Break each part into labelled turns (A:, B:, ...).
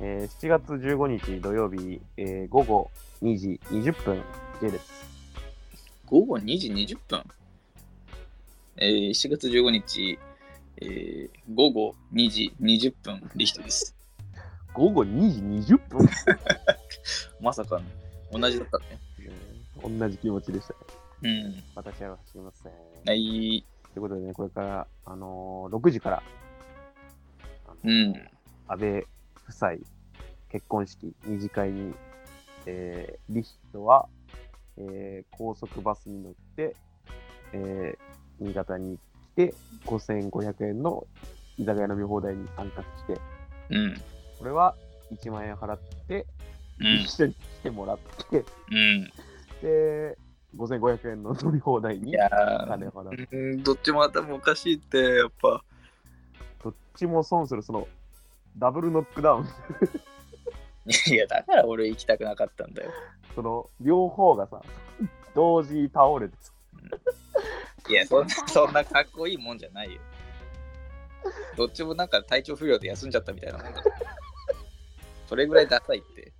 A: えー7月15日土曜日、えー午後2時20分 J です。
B: 午後2時20分。えー、7月15日、えー、午後2時20分、リヒトです。
A: 午後2時20分、
B: まさかの、同じだったね。
A: うん同じ気持ちでしたね。
B: うん。
A: 私はすいません。
B: はい。
A: ということでね、これから、あのー6時から、あ
B: う
A: のー
B: ん。
A: 安倍夫妻結婚式二次会に、えーリヒトは、えー高速バスに乗って、えー新潟に来て5500円の居酒屋飲み放題に参加して
B: うん。
A: これは1万円払って
B: うん
A: 一。緒に来てもらって、
B: うん。
A: で5500円の飲み放題に
B: いや
A: 金
B: ー
A: を払う
B: うん、どっちも頭おかしいって、やっぱ。
A: どっちも損するそのダブルノックダウン
B: いや、だから俺行きたくなかったんだよ。
A: その両方がさ同時に倒れて
B: いや、そんな、そんなかっこいいもんじゃないよ。どっちもなんか体調不良で休んじゃったみたいなもんだから。それぐらいダサいって。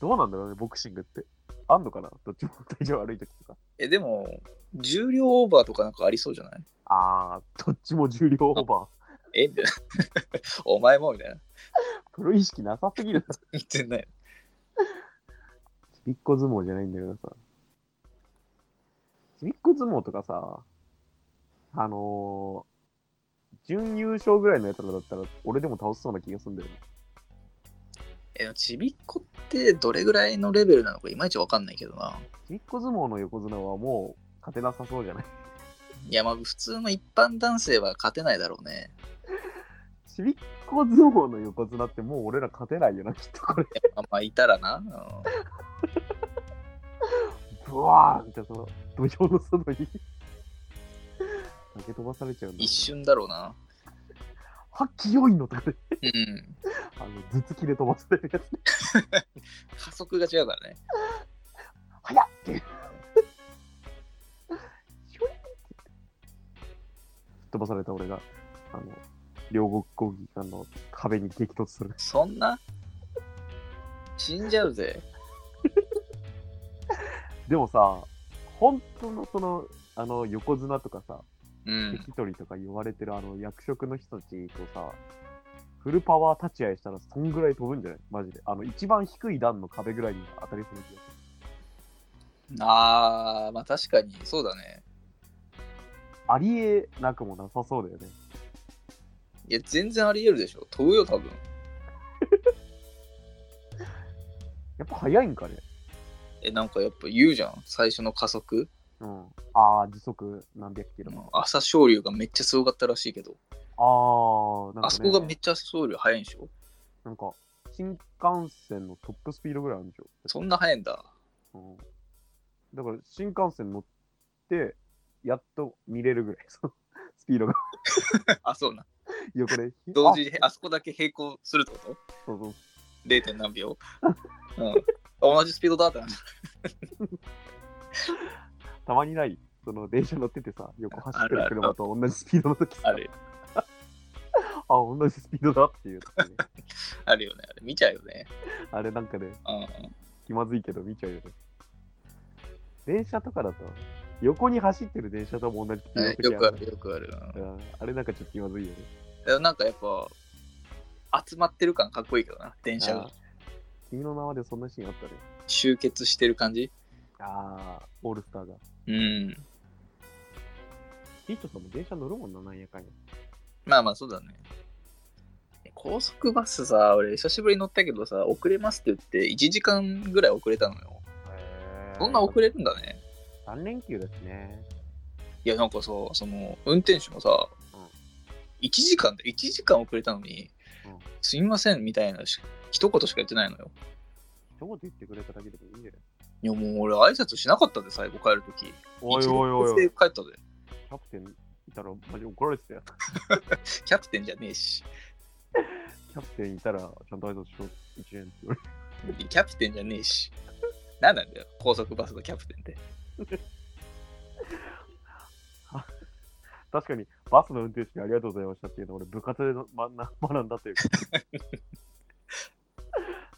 A: どうなんだろうね、ボクシングって。あんのかなどっちも体重悪い時とか。
B: え、でも、重量オーバーとかなんかありそうじゃない
A: あー、どっちも重量オー バ
B: えみたいな。お前もみたいな。
A: ー。プロ意識なさすぎるな。
B: 言ってない。
A: ちびっこ相撲じゃないんだけどさ。ちびっこ相撲とかさ、あのー、準優勝ぐらいのやつらだったら、俺でも倒せそうな気がするんだよね。
B: え、ちびっこってどれぐらいのレベルなのかいまいちわかんないけどな。
A: ちびっこ相撲の横綱はもう勝てなさそうじゃない
B: いや、まあ普通の一般男性は勝てないだろうね。
A: ちびっこ相撲の横綱ってもう俺ら勝てないよな、きっとこれ。
B: まあ、まあいたらな。うん
A: ブワーンってその土俵の外に 投げ飛ばされちゃうんだ、ね。
B: 一瞬だろうな。
A: はっきよいのとかで、
B: うん。
A: あの、頭突きで飛ばされるやつね。
B: 加速が違うからね。
A: はやっっていう。ひょいって飛ばされた俺が、あの、両国国技館の壁に激突する。
B: そんな死んじゃうぜ。
A: でもさ、本当のその、あの、横綱とかさ、
B: うん。
A: 関取とか言われてるあの、役職の人たちとさ、フルパワー立ち合いしたらそんぐらい飛ぶんじゃないマジで。あの、一番低い段の壁ぐらいに当たりそうな気がする
B: あー、まあ確かにそうだね。
A: ありえなくもなさそうだよね。
B: いや、全然あり得るでしょ。飛ぶよ、多分。
A: やっぱ早いんかね。
B: え、なんかやっぱ言うじゃん。最初の加速。
A: うん。ああ、時速何百キロ。
B: 朝青龍がめっちゃすごかったらしいけど、
A: ああ、なんか、ね、
B: あそこがめっちゃ朝青龍速いんでしょ
A: なんか、新幹線のトップスピードぐらいあるんでしょ。
B: そんな速い んだ。
A: うん、だから、新幹線乗って、やっと見れるぐらい、そのスピードが
B: あ、そうな。
A: 横で。
B: 同時にあそこだけ並行するってこと
A: あそうそう
B: ?0. 点何秒。うん。同じスピードだってな
A: たまにない、その電車乗っててさ、横走ってる
B: あるある
A: 車と同じスピードの時さ、
B: ある
A: あ、同じスピードだっていう時ね、
B: あるよね。あれ見ちゃうよね。
A: あれなんかね、
B: うん。
A: 気まずいけど見ちゃうよね。電車とかだと、横に走ってる電車とも同じスピードの時
B: よくあ
A: る
B: る、よくある。うん
A: うんあれなんかちょっと気まずいよね。
B: でもなんかやっぱ集まってる感かっこいいけどな電車
A: あー
B: が
A: 君の名はでそんなシーンあったね。
B: 集結してる感じ
A: ああ、オールスターが。
B: うん
A: ヒットさんも電車乗るもんな、なんやかんや。
B: まあまあそうだね高速バスさ俺久しぶりに乗ったけどさ遅れますって言って1時間ぐらい遅れたのよそんな遅れるんだね
A: ?3 連休だしね。
B: いやなんかさその運転手もさ、
A: うん
B: 1時間で1時間遅れたのに、
A: うん
B: すみませんみたいなし一言しか言ってないのよ
A: 一言言ってくれただけでもいいんじゃない
B: いやもう俺挨拶しなかったで最後帰るとき
A: おいおいおいおい、
B: 帰
A: キ
B: ったで
A: ャプテンいたらマジ怒られてたよ。
B: キャプテンじゃねえし
A: キャプテンいたらちゃんと挨拶しろ、一円って言われ
B: キャプテンじゃねえし。なんなんだよ、高速バスのキャプテンって。
A: る確かにバスの運転 手にありがとうございましたっていうの俺部活での、ま、な学んだというか。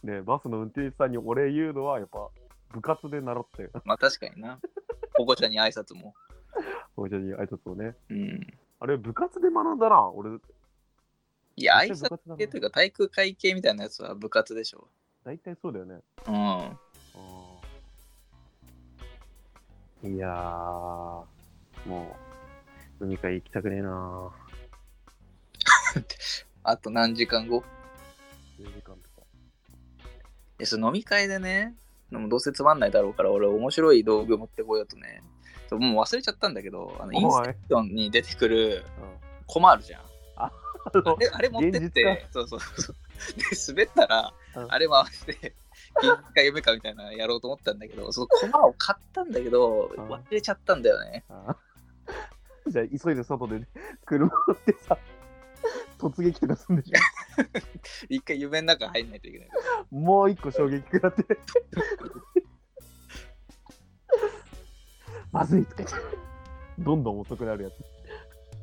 A: ね、バスの運転手さんにお礼言うのは、やっぱ、部活で習ったよ。
B: まあ確かにな。保護者に挨拶も。
A: おじゃに挨拶をね。
B: うん。
A: あれ、部活で学んだな、俺。
B: いや、挨
A: 一緒に
B: 拶
A: 部活だな
B: 系というか体育会系みたいなやつは部活でしょ。
A: 大体そうだよね。
B: うん。
A: あーいやー、もう、海海行きたくねえな
B: あと何時間後
A: 10時間とか。
B: え、その飲み会でね、でもどうせつまんないだろうから、俺面白い道具持ってこようとね。そうもう忘れちゃったんだけど、あのインス
A: い。
B: タに出てくる
A: うん
B: コマあるじゃん。
A: あの
B: あれあれ持ってっ
A: 現
B: て、そうそうそう。で、滑ったら
A: う、ん
B: あれ回して、銀か夢かみたいなのやろうと思ったんだけど、そのコマを買ったんだけど、
A: うん
B: 忘れちゃったんだよね。
A: あー じゃあ、急いで外で車乗ってさ、突撃とかするんでし
B: 一回夢の中入んないといけない。
A: ょ。もう一個衝撃食らって、 まずいとか言ってどんどん遅くなるやつ。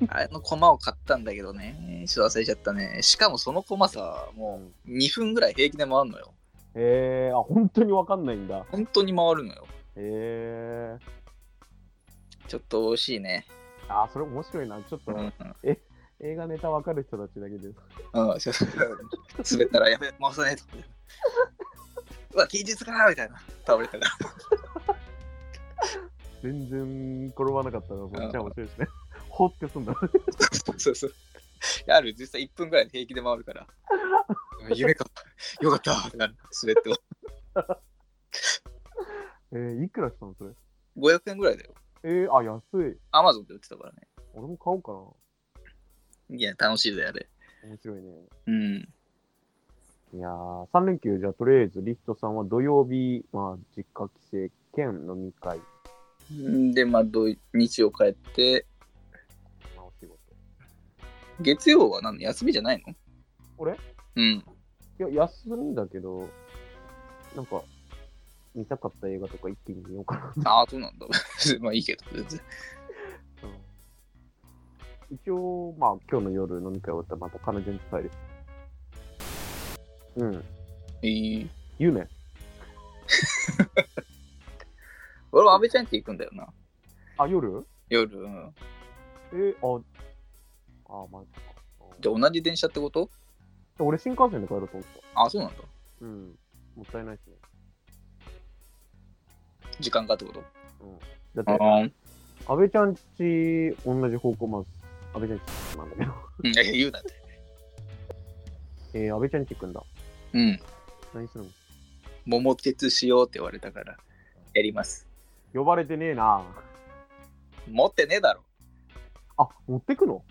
B: あのコマを買ったんだけどね、ちょっと忘れちゃったね。しかもそのコマさ、もう2分ぐらい平気で回るのよ。
A: えー、あ、本当にわかんないんだ。
B: 本当に回るのよ。
A: えー、
B: ちょっと惜しいね。
A: あー、それ面白いな。ちょっと、
B: うん。うん
A: 映画ネタわかる人たちだけで。
B: 滑 ったらやべ、回さないと。うわ、近日かみたいな。倒れたから。
A: 全然転ばなかったら、もうめっちゃ面白いしね。 ほってすんだ。
B: そうそう。ある実際1分ぐらいで平気で回るから。夢か。よかったってなる。滑っても。
A: えー、いくらしたのそれ。
B: 500円ぐらいだよ。
A: えー、あ、安い。
B: アマゾンで売ってたからね。
A: 俺も買おうかない
B: や、楽しいぜ、あれ。。
A: 面白いね。
B: うん。
A: いやー、3連休じゃあとりあえず、リヒトさんは土曜日、まあ、実家帰省兼飲み会、
B: で、まあ、土日を帰って、
A: まあ、お仕事。
B: 月曜は何休みじゃないの
A: 俺
B: うん。
A: いや、休みだけど、なんか、見たかった映画とか一気に見ようかな。
B: ああ、そうなんだ。 まあいいけど、全然。
A: 一応、まあ、今日の夜飲み会終わったらまた彼女に伝える。うん、
B: えー、
A: 言うね。
B: 俺は安倍ちゃん家行くんだよな。
A: あ、夜
B: 夜。うん、
A: えー、あ、あ、まあ、
B: じゃあ同じ電車ってこと
A: 俺新幹線で帰ろうと思って
B: ああ、そうなんだ。
A: た。うん、もったいないですね。
B: 時間がってこと
A: うん。だって、
B: あ。
A: 安倍ちゃんち、同じ方向、まず、安倍ちゃんちなんだけど。
B: いやいや、言うなって。
A: えー、安倍ちゃんち行くんだ。
B: うん。
A: 何するの
B: 桃鉄しようって言われたから、やります。
A: 呼ばれてねえな
B: 持ってねえだろ。
A: あ、持ってくの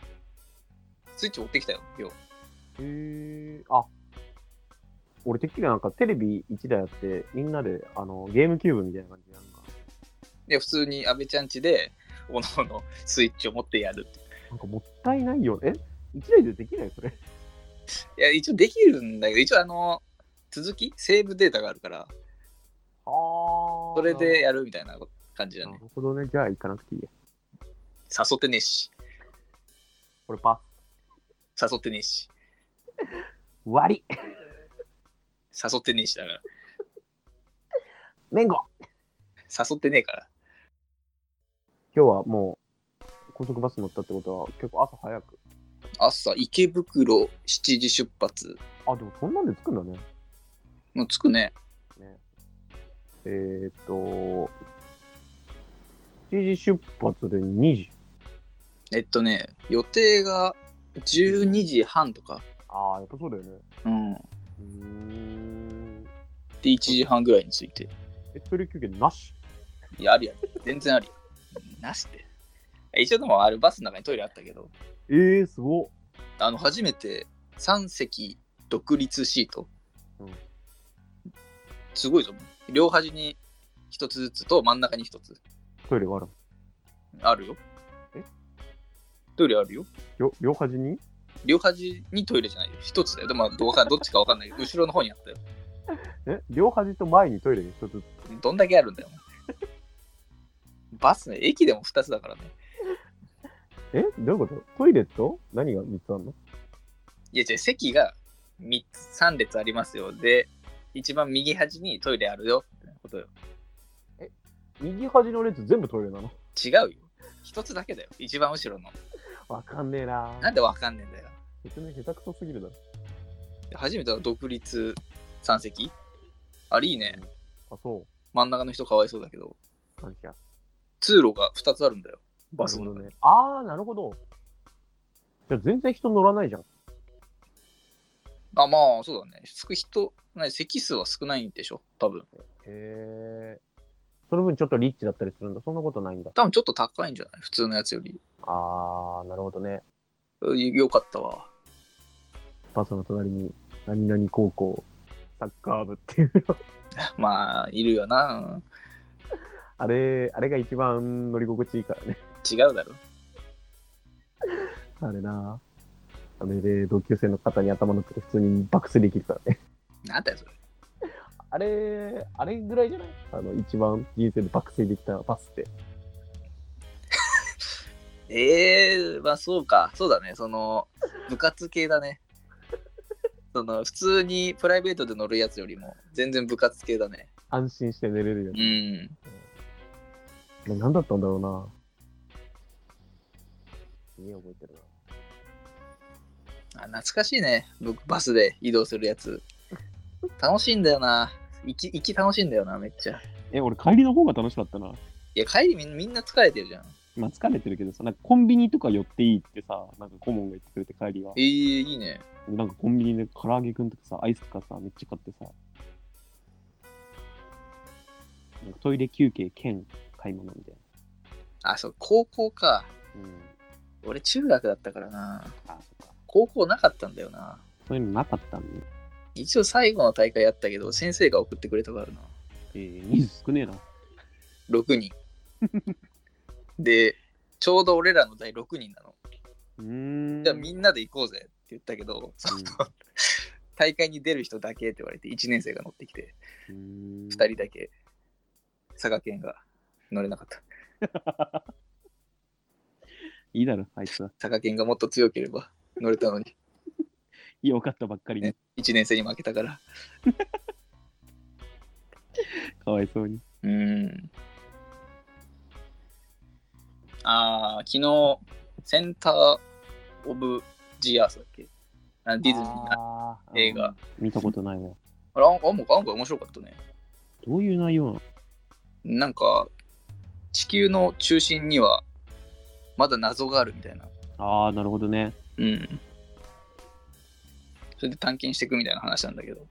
B: スイッチ持ってきたよ、今日。
A: へえあ、俺てっきりなんかテレビ1台あって、みんなで、あの、ゲームキューブみたいな感じでなんか、
B: で、普通に安倍ちゃん家で、おのおのスイッチを持ってやるって。
A: なんかもったいないよ。え ?1 台でできない それ。
B: いや、一応できるんだけど、一応あの、続きセーブデータがあるから、
A: あー
B: それで、やるみたいな感じだ
A: な
B: ね
A: る。ほどね。じゃあ行かなくていいや。
B: 誘ってねえし、
A: 俺パス。
B: 誘ってねえし、
A: 終わり
B: 誘ってねえしだから、
A: メンゴ
B: 誘ってねえから。
A: 今日はもう、高速バス乗ったってことは、結構朝早く。
B: 朝、池袋7時出発。
A: あ、でもそんなんで着くんだね。
B: もう着くね。
A: ねえーっと、7時出発で2時。
B: えっとね、予定が12時半とか、
A: ああ、やっぱそうだよね。
B: うん。
A: うーん。
B: で、1時半ぐらいに着いて。
A: え、トイレ休憩なし
B: いや、ありや。全然ありや。なしで。一応でも、あれ、バスの中にトイレあったけど、
A: えー、すごっ。
B: あの、初めて3席独立シート。
A: うん
B: すごいぞ。両端に1つずつと真ん中に1つ。
A: トイレがある
B: あるよ。
A: え
B: トイレあるよ。
A: の。よ、両端に
B: 両端にトイレじゃないよ。1つだよ。でも、まあどうかどっちかわかんないけど、後ろの方にあったよ。
A: え、両端と前にトイレが一つずつ。
B: どんだけあるんだよ。バスの駅でも2つだからね。
A: えどういうことトイレと何が三つあるの
B: いや、じゃ席が3つ、3列ありますよ。で、一番右端にトイレあるよってことよ。
A: 右端の列全部トイレなの
B: 違うよ。一つだけだよ。一番後ろの。
A: わかんねえな
B: なんでわかんねえんだよ。
A: 説明下手くそすぎるだろ。
B: で初めては独立三席あれいいね。
A: あ、そ
B: 真ん中の人かわいそうだけど。
A: う。感謝。
B: 通路が2つあるんだよ。バス
A: なる
B: の
A: ほど
B: 中に
A: ね。あー、なるほど。じゃあ全然人乗らないじゃん。
B: あ、まあ、そうだね。つく人、ね、席数は少ないんでしょ、多分。
A: へえ。その分ちょっとリッチだったりするんだ。そんなことないんだ。
B: 多分ちょっと高いんじゃない普通のやつより。
A: あー、なるほどね。
B: うんよかったわ。
A: バスの隣に、何々高校、サッカー部っていう。
B: まあ、いるよな。
A: あれ、あれが一番乗り心地いいからね。
B: 違うだろ。
A: あれな。あれで同級生の方に頭乗ってて普通に爆睡できるからね。
B: なんだよ、それ。
A: あれ、あれぐらいじゃないあの、一番人生で爆睡できたバスって。
B: ええまあそうか。そうだね。その、部活系だね。その、普通にプライベートで乗るやつよりも、全然部活系だね。
A: 安心して寝れるよ
B: う
A: ね。
B: ん。
A: な何だったんだろうな。すげえ覚えてるな。
B: あ懐かしいね。ぶバスで移動するやつ。楽しいんだよな。行き、行き楽しいんだよな、めっちゃ。
A: え、俺帰りの方が楽しかったな。
B: いや、帰りみんみんな疲れてるじゃん。
A: まあ疲れてるけどさ、なんかコンビニとか寄っていいってさ、なんか顧問が言ってくれて帰りは
B: え。えいいね。
A: なんかコンビニで唐揚げくんとかさ、アイスとかさ、めっちゃ買ってさ。なんかトイレ休憩兼買い物みたい
B: あ、そう、高校か。
A: な。うん。
B: 俺、中学だったからな。
A: あ、そっか。
B: 高校なかったんだよな。
A: そういうのなかったんで。
B: 一応最後の大会やったけど、先生が送ってくれたからな。
A: えー、人数少ねえな。
B: 6人。 で、ちょうど俺らの代6人なの。
A: うーん。
B: じゃあみんなで行こうぜって言ったけど、その
A: うん
B: 大会に出る人だけって言われて、1年生が乗ってきて、
A: うーん
B: 2人だけ、佐賀県が乗れなかった。
A: いいだろ、あいつは。
B: 佐賀県がもっと強ければ乗れたのに、
A: よかったばっかりに。
B: 1年生に負けたから。
A: かわいそうに。
B: うーん。あー、昨日、センター・オブ・ジ・アースだっけあディズニーの
A: あー
B: 映。画。
A: 見たことないわ。
B: あれ、なんか案外案外面白かったね。
A: どういう内容なの
B: なんか、地球の中心には、まだ謎があるみたいな。
A: ああ、なるほどね。
B: うん。それで探検していくみたいな話なんだけど。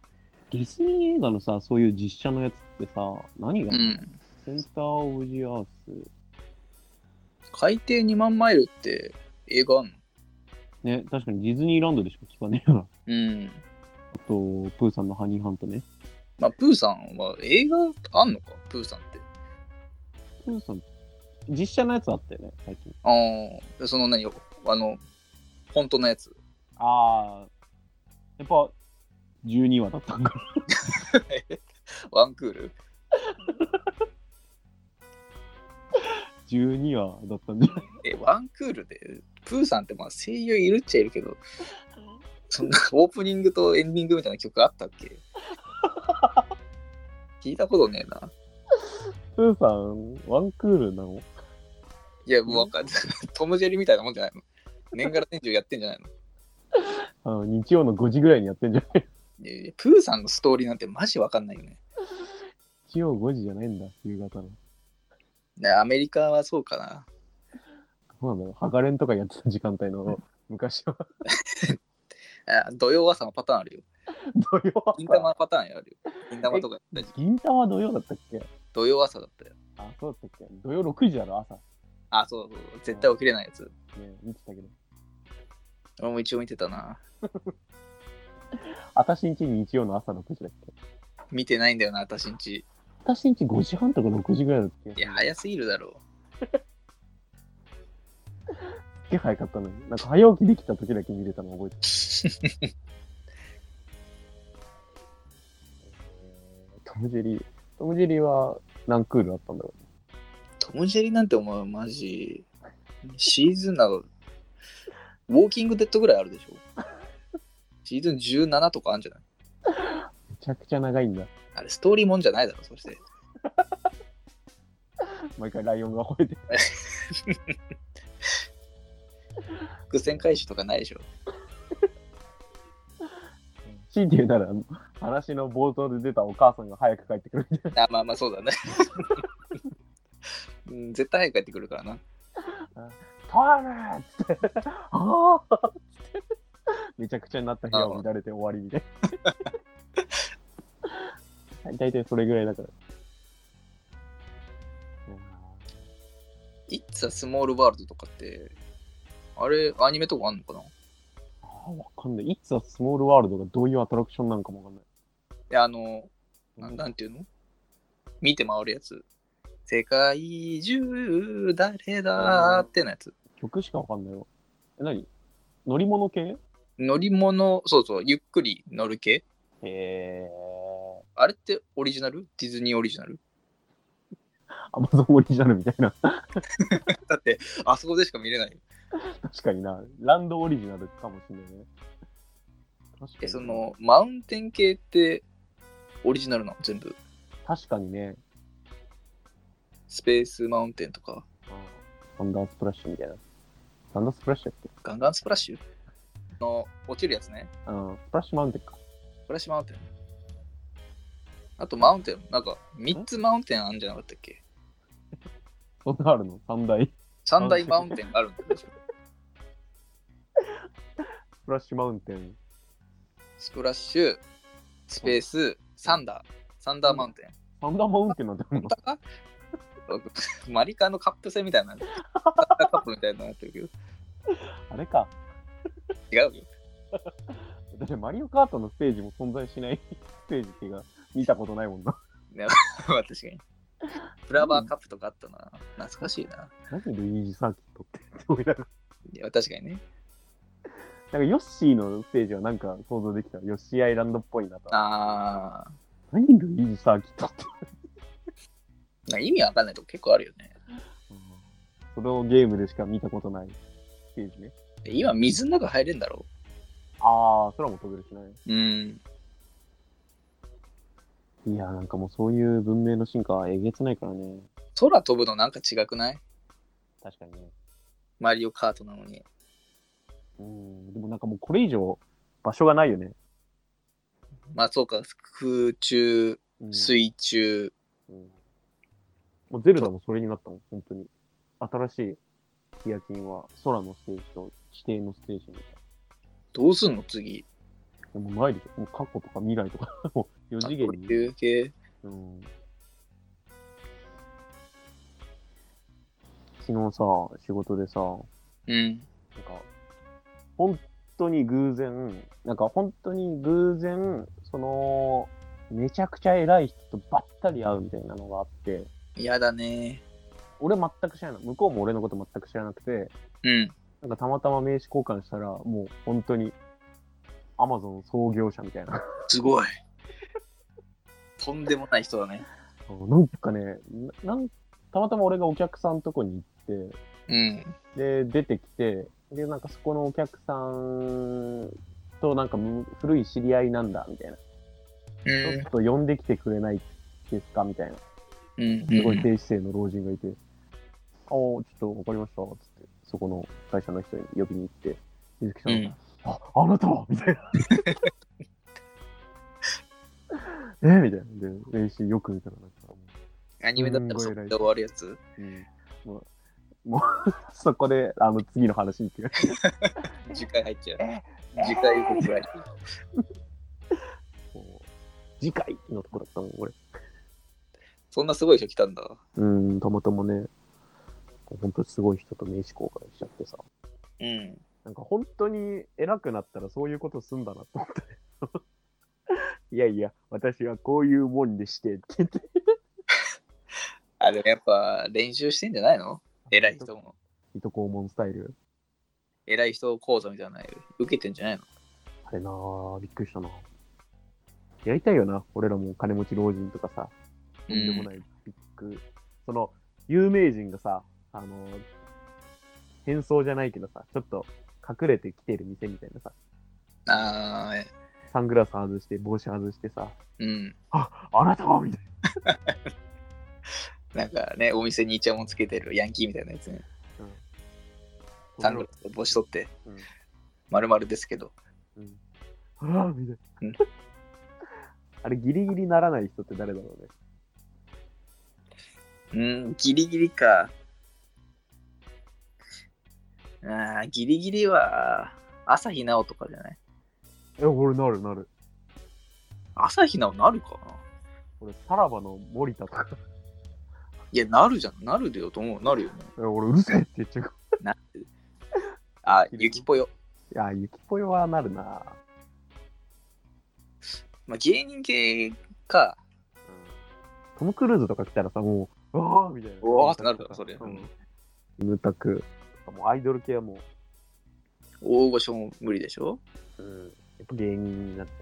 A: ディズニー映画のさ、そういう実写のやつってさ、何が、
B: うん。
A: センター・オブ・ジ・アース。
B: 海底2万マイルって映画あんの
A: ね、確かにディズニーランドでしか聞かねえよな。
B: うん。
A: あと、プーさんのハニーハントね。
B: まあ、プーさんは映画あんのかプーさんって。
A: プーさん、実写のやつあったよね、最近。
B: ああ、その何よ、あの、本当のやつ。
A: ああ、やっぱ、12話だったんか。
B: ワンクール
A: 12話だったんじゃない
B: え、ワンクールで、プーさんってまあ声優いるっちゃいるけど、そんなオープニングとエンディングみたいな曲あったっけ聞いたことねえな。
A: プーさん、ワンクールなの
B: いや、もうわかんない。トム・ジェリーみたいなもんじゃないの。年がら年中やってんじゃないの
A: あの日曜の5時ぐらいにやってんじゃない
B: いやいやプーさんのストーリーなんてマジわかんないよね。
A: 日曜5時じゃないんだ、夕方の。
B: ねアメリカはそうかな。
A: そうなんだよ。ハガレンとかやってた時間帯 の昔は。
B: あ土曜朝のパターンあるよ。
A: 土曜
B: 銀
A: 朝。
B: 玉パターンあるよ。銀玉とかやったり
A: 銀玉は土曜だったっけ
B: 土曜朝だったよ。
A: あ、そうだったっけ土曜6時だろ、朝。
B: あ、そうそうそう。絶対起きれないやつ。
A: ね、見てたけど。
B: 俺も一応見てたな。
A: 私んち日曜の朝6時だっけ
B: 見てないんだよな、私んち。
A: 私んち5時半とか6時ぐらいだっけ
B: いや、早すぎるだろ
A: す
B: う。
A: っげえ早かったのに。なんか早起きできた時だけ見れたの覚えてる。 えートム・ジェリー。トム・ジェリーは何クールあったんだろ
B: トム・ジェリーなんてお前マジ、シーズンなど、ウォーキングデッドぐらいあるでしょ。シーズン17とかあるんじゃないう
A: めちちゃくちゃ長いんだ。
B: あれ、ストーリーもんじゃないだろ、そして。
A: 毎回ライオンが吠えてる。
B: 伏線回収とかないでしょ。
A: 強いて言うなら、話の冒頭で出たお母さんが早く帰ってくるみたい
B: あ、まあまあ、そうだね。 うん、絶対早く帰ってくるからな。
A: な。帰れっつって、ああっつってめちゃくちゃになった部屋を乱れて終わりみたいな。 大体それぐらいだから。いや
B: It's a Small World とかって、あれ、アニメとかあんのかない
A: ーあーわかんない。いつはスモールワールドがどういうアトラクションなのかもわかんない。
B: や、あの、ななんていうの見て回るやつ。世界中誰だーってなやつ。
A: 曲しかわかんないよ。え、何乗り物系
B: 乗り物、そうそう、ゆっくり乗る系
A: へえ。
B: あれってオリジナルディズニーオリジナル
A: アマゾンオリジナルみたいな。
B: だって、あそこでしか見れない。
A: 確かにな。ランドオリジナルかもしれないね。確か
B: え、
A: に
B: その、マウンテン系ってオリジナルなの全部。
A: 確かにね。
B: スペースマウンテンとか、
A: サンダースプラッシュみたいな。サンダースプラッシュやっけ
B: ガンガンスプラッシュの落ちるやつね。
A: うん。スプラッシュマウンテンか。
B: スプラッシュマウンテン。あとマウンテン、なんか3つマウンテンあるんじゃなかったっけ
A: そんなあるの三大。ス
B: 三大マウンテンがあるんだよ。
A: プラッシュマウンテン。
B: スプラッシュ、スペース、サンダー、サンダーマウンテン。
A: サンダーマウンテンなんてある
B: 本
A: の
B: 当かマリカのカップ戦みたいな、サンダーカップみたいになってるけど、
A: あれか。
B: 違うよ。
A: だってマリオカートのステージも存在しない ステージっていうか、見たことないもんな。
B: まあ確かに。フラバーカップとかあったな。懐かしいな。
A: 何ルイージサーキットってって思いながら
B: いや、確かにね。
A: なんかヨッシーのステージはなんか想像できた。ヨッシーアイランドっぽいなと。
B: あー
A: 何ルイージサーキットって。
B: なんか意味わかんないとこ結構あるよね。
A: そのゲームでしか見たことないステージね。
B: で今、水の中入れんだろ
A: ああ、空も飛べるしない。
B: うん。
A: いやーなんかもうそういう文明の進化はえげつないからね。
B: 空飛ぶのなんか違くない
A: 確かにね。
B: マリオカートなのに。
A: うん。でもなんかもうこれ以上場所がないよね。
B: まあそうか、空中、
A: うん
B: 水中、
A: うんもうゼルダもそれになったもん、本当に。新しいヒアキンは空のステージと地底のステージみたい
B: どうすんの次
A: な。でもないでしょ。もう過去とか未来とか、 もう4次元
B: あ
A: に。
B: 休憩
A: うん昨日さ、仕事でさ、な
B: うん。
A: んか、本当に偶然、なんか本当に偶然、その、めちゃくちゃ偉い人とばったり会うみたいなのがあって、
B: 嫌だね。
A: 俺全く知らない。向こうも俺のこと全く知らなくて、
B: うん。
A: なんかたまたま名刺交換したら、もう本当に、アマゾン創業者みたいな。
B: すごい。とんでもない人だね。
A: なんかね、ななんたまたま俺がお客さんとこに行って、
B: うん。
A: で、出てきて、で、なんかそこのお客さんとなんかむ古い知り合いなんだ、みたいな。
B: う
A: ちょっと呼んできてくれないですかみたいな。
B: ん。うん。
A: すごい低姿勢の老人がいて、ああ、ちょっとわかりました、つって、そこの会社の人に呼びに行って、水木さ、
B: うんん。
A: あ、あなたはみたいな。 えみたいな。で、練習よく見たらなんかも
B: アニメだったらそこで終わるやつ
A: う、うんもう、もうそこで、あの、次の話に行く。
B: 次回入っちゃう
A: え。
B: 次回予告ぐらい。
A: もう次回のとこだったもん、俺。
B: そんなすごい人来たんだ。
A: うん、たまたまね、本当にすごい人と名刺交換しちゃってさ。
B: うん。
A: なんか本当に偉くなったらそういうことすんだなと思って。 いやいや、私はこういうもんでしてって言って。
B: あれやっぱ練習してんじゃないの偉い人も。
A: いとこ訪問スタイル。
B: 偉い人講座みたいなの受けてんじゃないの
A: あれなぁ、びっくりしたなやりたいよな、俺らも金持ち老人とかさ、とんでもないビッグ、その、有名人がさ、あのー、変装じゃないけどさ、ちょっと隠れてきてる店みたいなさ、
B: ああ、
A: サングラス外して、帽子外してさ、
B: うん。
A: あなたはみたい
B: なんかね、お店にイチャモンつけてるヤンキーみたいなやつね。
A: な。
B: サングラスと帽子取って
A: うん、
B: 丸々ですけど。。
A: うんああみたいうなんあれ、ギリギリならない人って誰だろうね。
B: うん、ギリギリか。あーギリギリは、朝日奈央とかじゃない
A: え、俺なるなる。
B: 朝日奈央なるかな
A: 俺、さらばの森田とか。
B: いや、なるじゃん。なるでよと思う。なるよね。
A: え俺、うるせえって言っちゃう。
B: なる。あ、ゆきぽよ。
A: いや、ゆきぽよはなるな。
B: まあ、芸人系か。
A: トム・クルーズとか来たらさ、もう、うわーみたいな。
B: うわーってなるからそれ
A: うん。ムタク。もうアイドル系はも
B: 大御所も無理でしょ
A: う、うん、やっぱ芸人になって。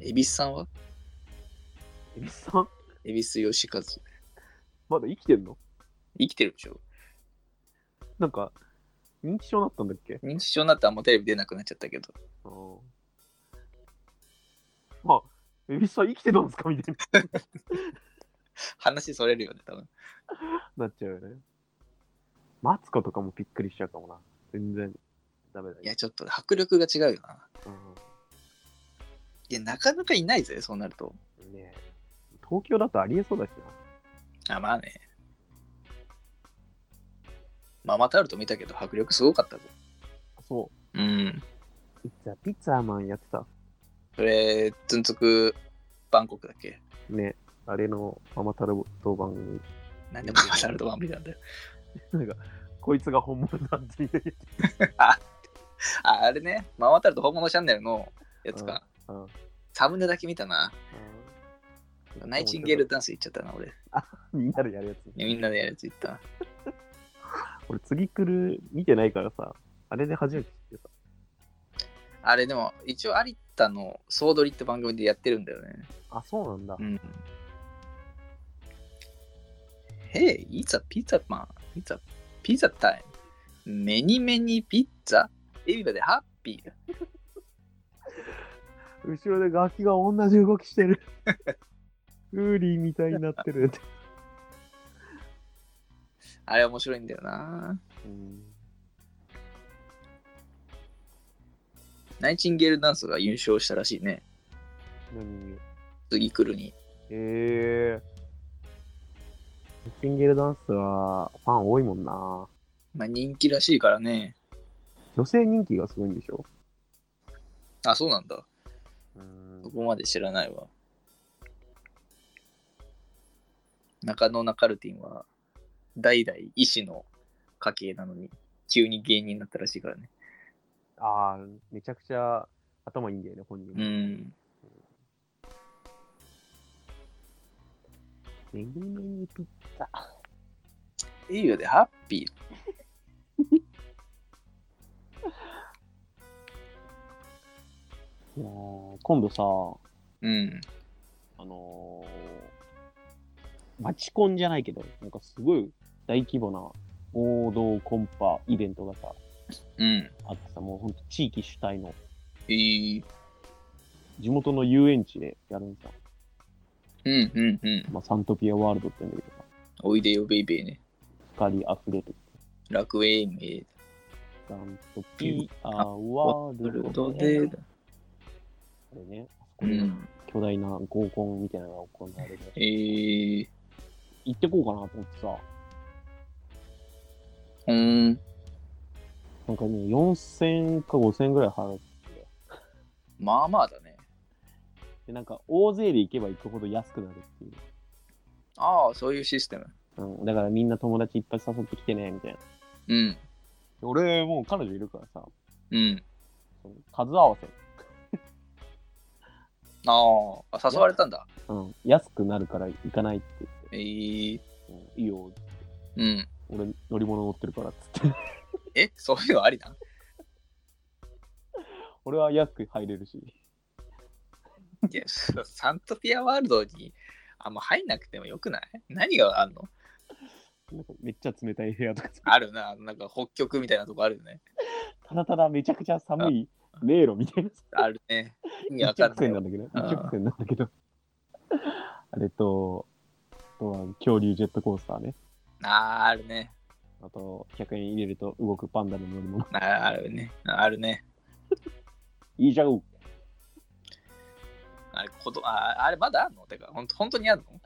B: 恵比寿さんは
A: えびさん
B: 恵比寿義和。
A: まだ生きてんの
B: 生きてるでしょ
A: なんか、認知症だったんだっけ
B: 認知症になってあんまテレビ出なくなっちゃったけど。
A: うん。まあ、えびさん生きてたんですかみたい
B: 話それるよね、多分。
A: ななっちゃうよね。マツコとかもびっくりしちゃうかもな。全然、ダメだよ。
B: いや、ちょっと迫力が違うよな。
A: う
B: いや、なかなかいないぜ、そうなると。
A: ん、ねえ東京だとありえそうだしな。
B: あ、まあね。ママタルト見たけど、迫力すごかったぞ。
A: そ
B: うん。
A: う。ピッツァ、ピッツァーマンやってた。
B: それ、つんつく、バンコクだっけ
A: ね、あれのママタルト番組。
B: なんでママタルト番組なんだよ。
A: なんか、こいつが本物だ って言う。
B: あ、あれね、ママタルト本物チャンネルのやつか。
A: うんうん
B: サムネだけ見たな。ナイチンゲールダンス行っちゃったな、俺。
A: みんなでやるやつ。
B: みんなでやるやつ行ったな。
A: 俺、次来る見てないからさ、あれで初めて知ってさ。
B: あれ、でも、一応、有田の総取りって番組でやってるんだよね。
A: あ、そうなんだ
B: う。ん。Hey, it's a pizza man. It's a pizza time. Many, many pizza. Everybody happy.
A: 後ろで楽器が同じ動きして る。ウーリーみたいになってる。
B: あれ面白いんだよな。
A: うん
B: ナイチンゲールダンスが優勝したらしいね。
A: 何
B: 次来るに。
A: えー。シンゲルダンスはファン多いもんな。
B: まあ人気らしいからね。
A: 女性人気がすごいんでしょ
B: あ、そうなんだ。
A: うん
B: そこまで知らないわ。中野ナカルティンは代々医師の家系なのに急に芸人になったらしいからね。
A: ああ、めちゃくちゃ頭いいんだよね、本人
B: う
A: も。
B: ん。
A: メニメニピッツァ。
B: いいよで、ハッピー。
A: いやー今度さ、
B: うん。
A: あのー、マチコンじゃないけど、なんかすごい大規模な王道コンパイベントがさ、
B: うん。
A: あってさ、もうほんと地域主体の
B: いい。
A: 地元の遊園地でやるんさ、
B: うんうんうん。
A: まあ、サントピアワールドって言うんだけどさ、
B: おいでよ、ベイベーね。
A: 光溢れてる。
B: 楽園へ
A: サントピアワー
B: 来る
A: ル
B: の
A: ド
B: で。
A: これね、あそうこで
B: ん。
A: 巨大な合コンみたいなのが行われて、
B: えー。
A: 行ってこうかなと思ってさ、
B: ほーん。
A: なんかね、4000か5000ぐらい払って、
B: まあまあだね。
A: で、なんか大勢で行けば行くほど安くなるっていう。
B: ああ、そういうシステム。
A: うん、だからみんな友達いっぱい誘ってきてね、みたいな。
B: うん。
A: 俺、もう彼女いるからさ、
B: うん。
A: その数合わせ、
B: ああ、あ誘われたんだ。
A: うん、安くなるから行かないって言っ
B: えー。
A: て、うんいいよ、
B: うん。
A: 俺乗り物乗ってるからっつって。
B: え、そういうのありなの
A: 俺は安く入れるし。
B: いや、そうサントピアワールドにあんま入んなくてもよくない何があんの
A: なんかめっちゃ冷たい部屋とかさ、
B: あるな。なんか北極みたいなとこあるよね。
A: ただただめちゃくちゃ寒い迷路みたいな。
B: あるね。意味わ
A: 一
B: かん
A: 直
B: ない
A: 線なんだけ
B: わ。
A: ど、一
B: うん
A: 直線なんだけど。 あれと、あとは恐竜ジェットコースターね。
B: あーあるね。
A: あと、100円入れると動くパンダの乗り物。
B: あーあるね。あるね。
A: いいじゃん。
B: あれ、ことあーあれまだあんのてか、ほんと本当にあるの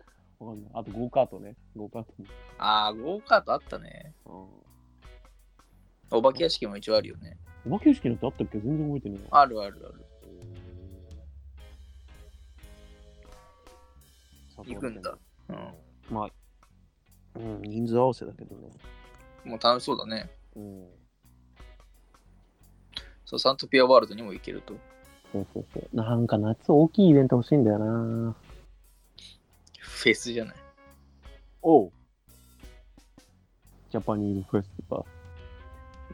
A: わかんないあと、ゴーカートね。ゴーカートね
B: ああ、ゴーカートあったね。
A: う
B: お化け屋敷も一応あるよね。
A: ん。お化け屋敷なんてあったっけ全然覚えてないわ。
B: あるあるある。行くんだ。う
A: まあ、うん、人数合わせだけどね。
B: ん。もう楽しそうだね。
A: うん。
B: そう、サントピアワールドにも行けると。
A: そうそうそう。なんか夏大きいイベント欲しいんだよな。
B: フェスじゃない。
A: おう。ジャパニーズフェスティ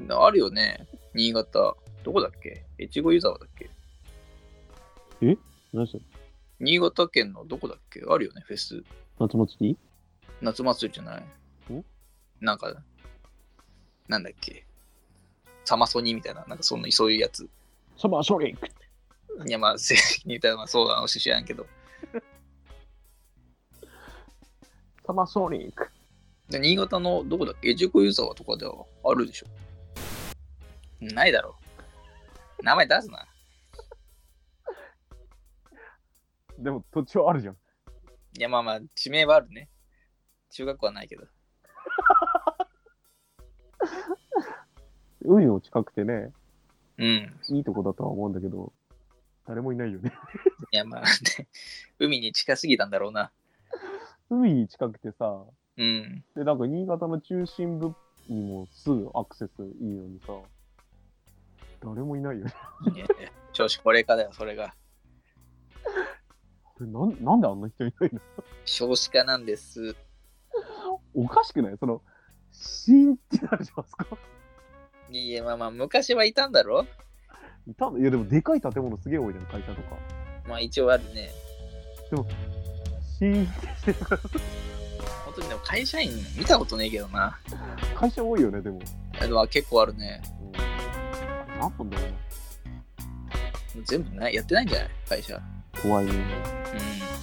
A: バ
B: あるよね。新潟。どこだっけ越後湯沢だっけ
A: ル。何してる
B: 新潟県のどこだっけあるよね、フェス。
A: 夏祭り
B: 夏祭りじゃない
A: ん
B: なんか、なんだっけサマソニみたいな、なんかそのそういうやつ。
A: サマーショーリンク
B: いや、まあ、 正式に言ったらまあそうだのし知らんけど。
A: サマーショーリンク
B: で新潟のどこだっけ越後湯沢とかではあるでしょないだろ。名前出すな。
A: でも土地はあるじゃん。
B: いや、まあまあ、地名はあるね。中学校はないけど。
A: 海も近くてね、
B: うん。
A: いいとこだとは思うんだけど、誰もいないよね。
B: いや、まあ、 ね、海に近すぎたんだろうな。
A: 海に近くてさ、
B: うん。
A: で、なんか新潟の中心部にもすぐアクセスいいのにさ、誰もいないよね。
B: いやいや少子高齢化だよ、それが。
A: これなんなんであんな人いないの
B: 少子化なんです。
A: おかしくないその、シーンってなるじゃん、あそこ。
B: いや、まあまあ、昔はいたんだろ
A: いたのいや、でもでかい建物すげえ多いじゃん、会社とか。
B: まあ、一応あるね。
A: シーンってしてるから。
B: 本当にでも会社員見たことねえけどな。
A: 会社多いよね、でも。
B: いやでも結構あるね。
A: うん、何本だろうな。
B: 全部ない、やってないんじゃない会社。
A: 怖いね。
B: うん。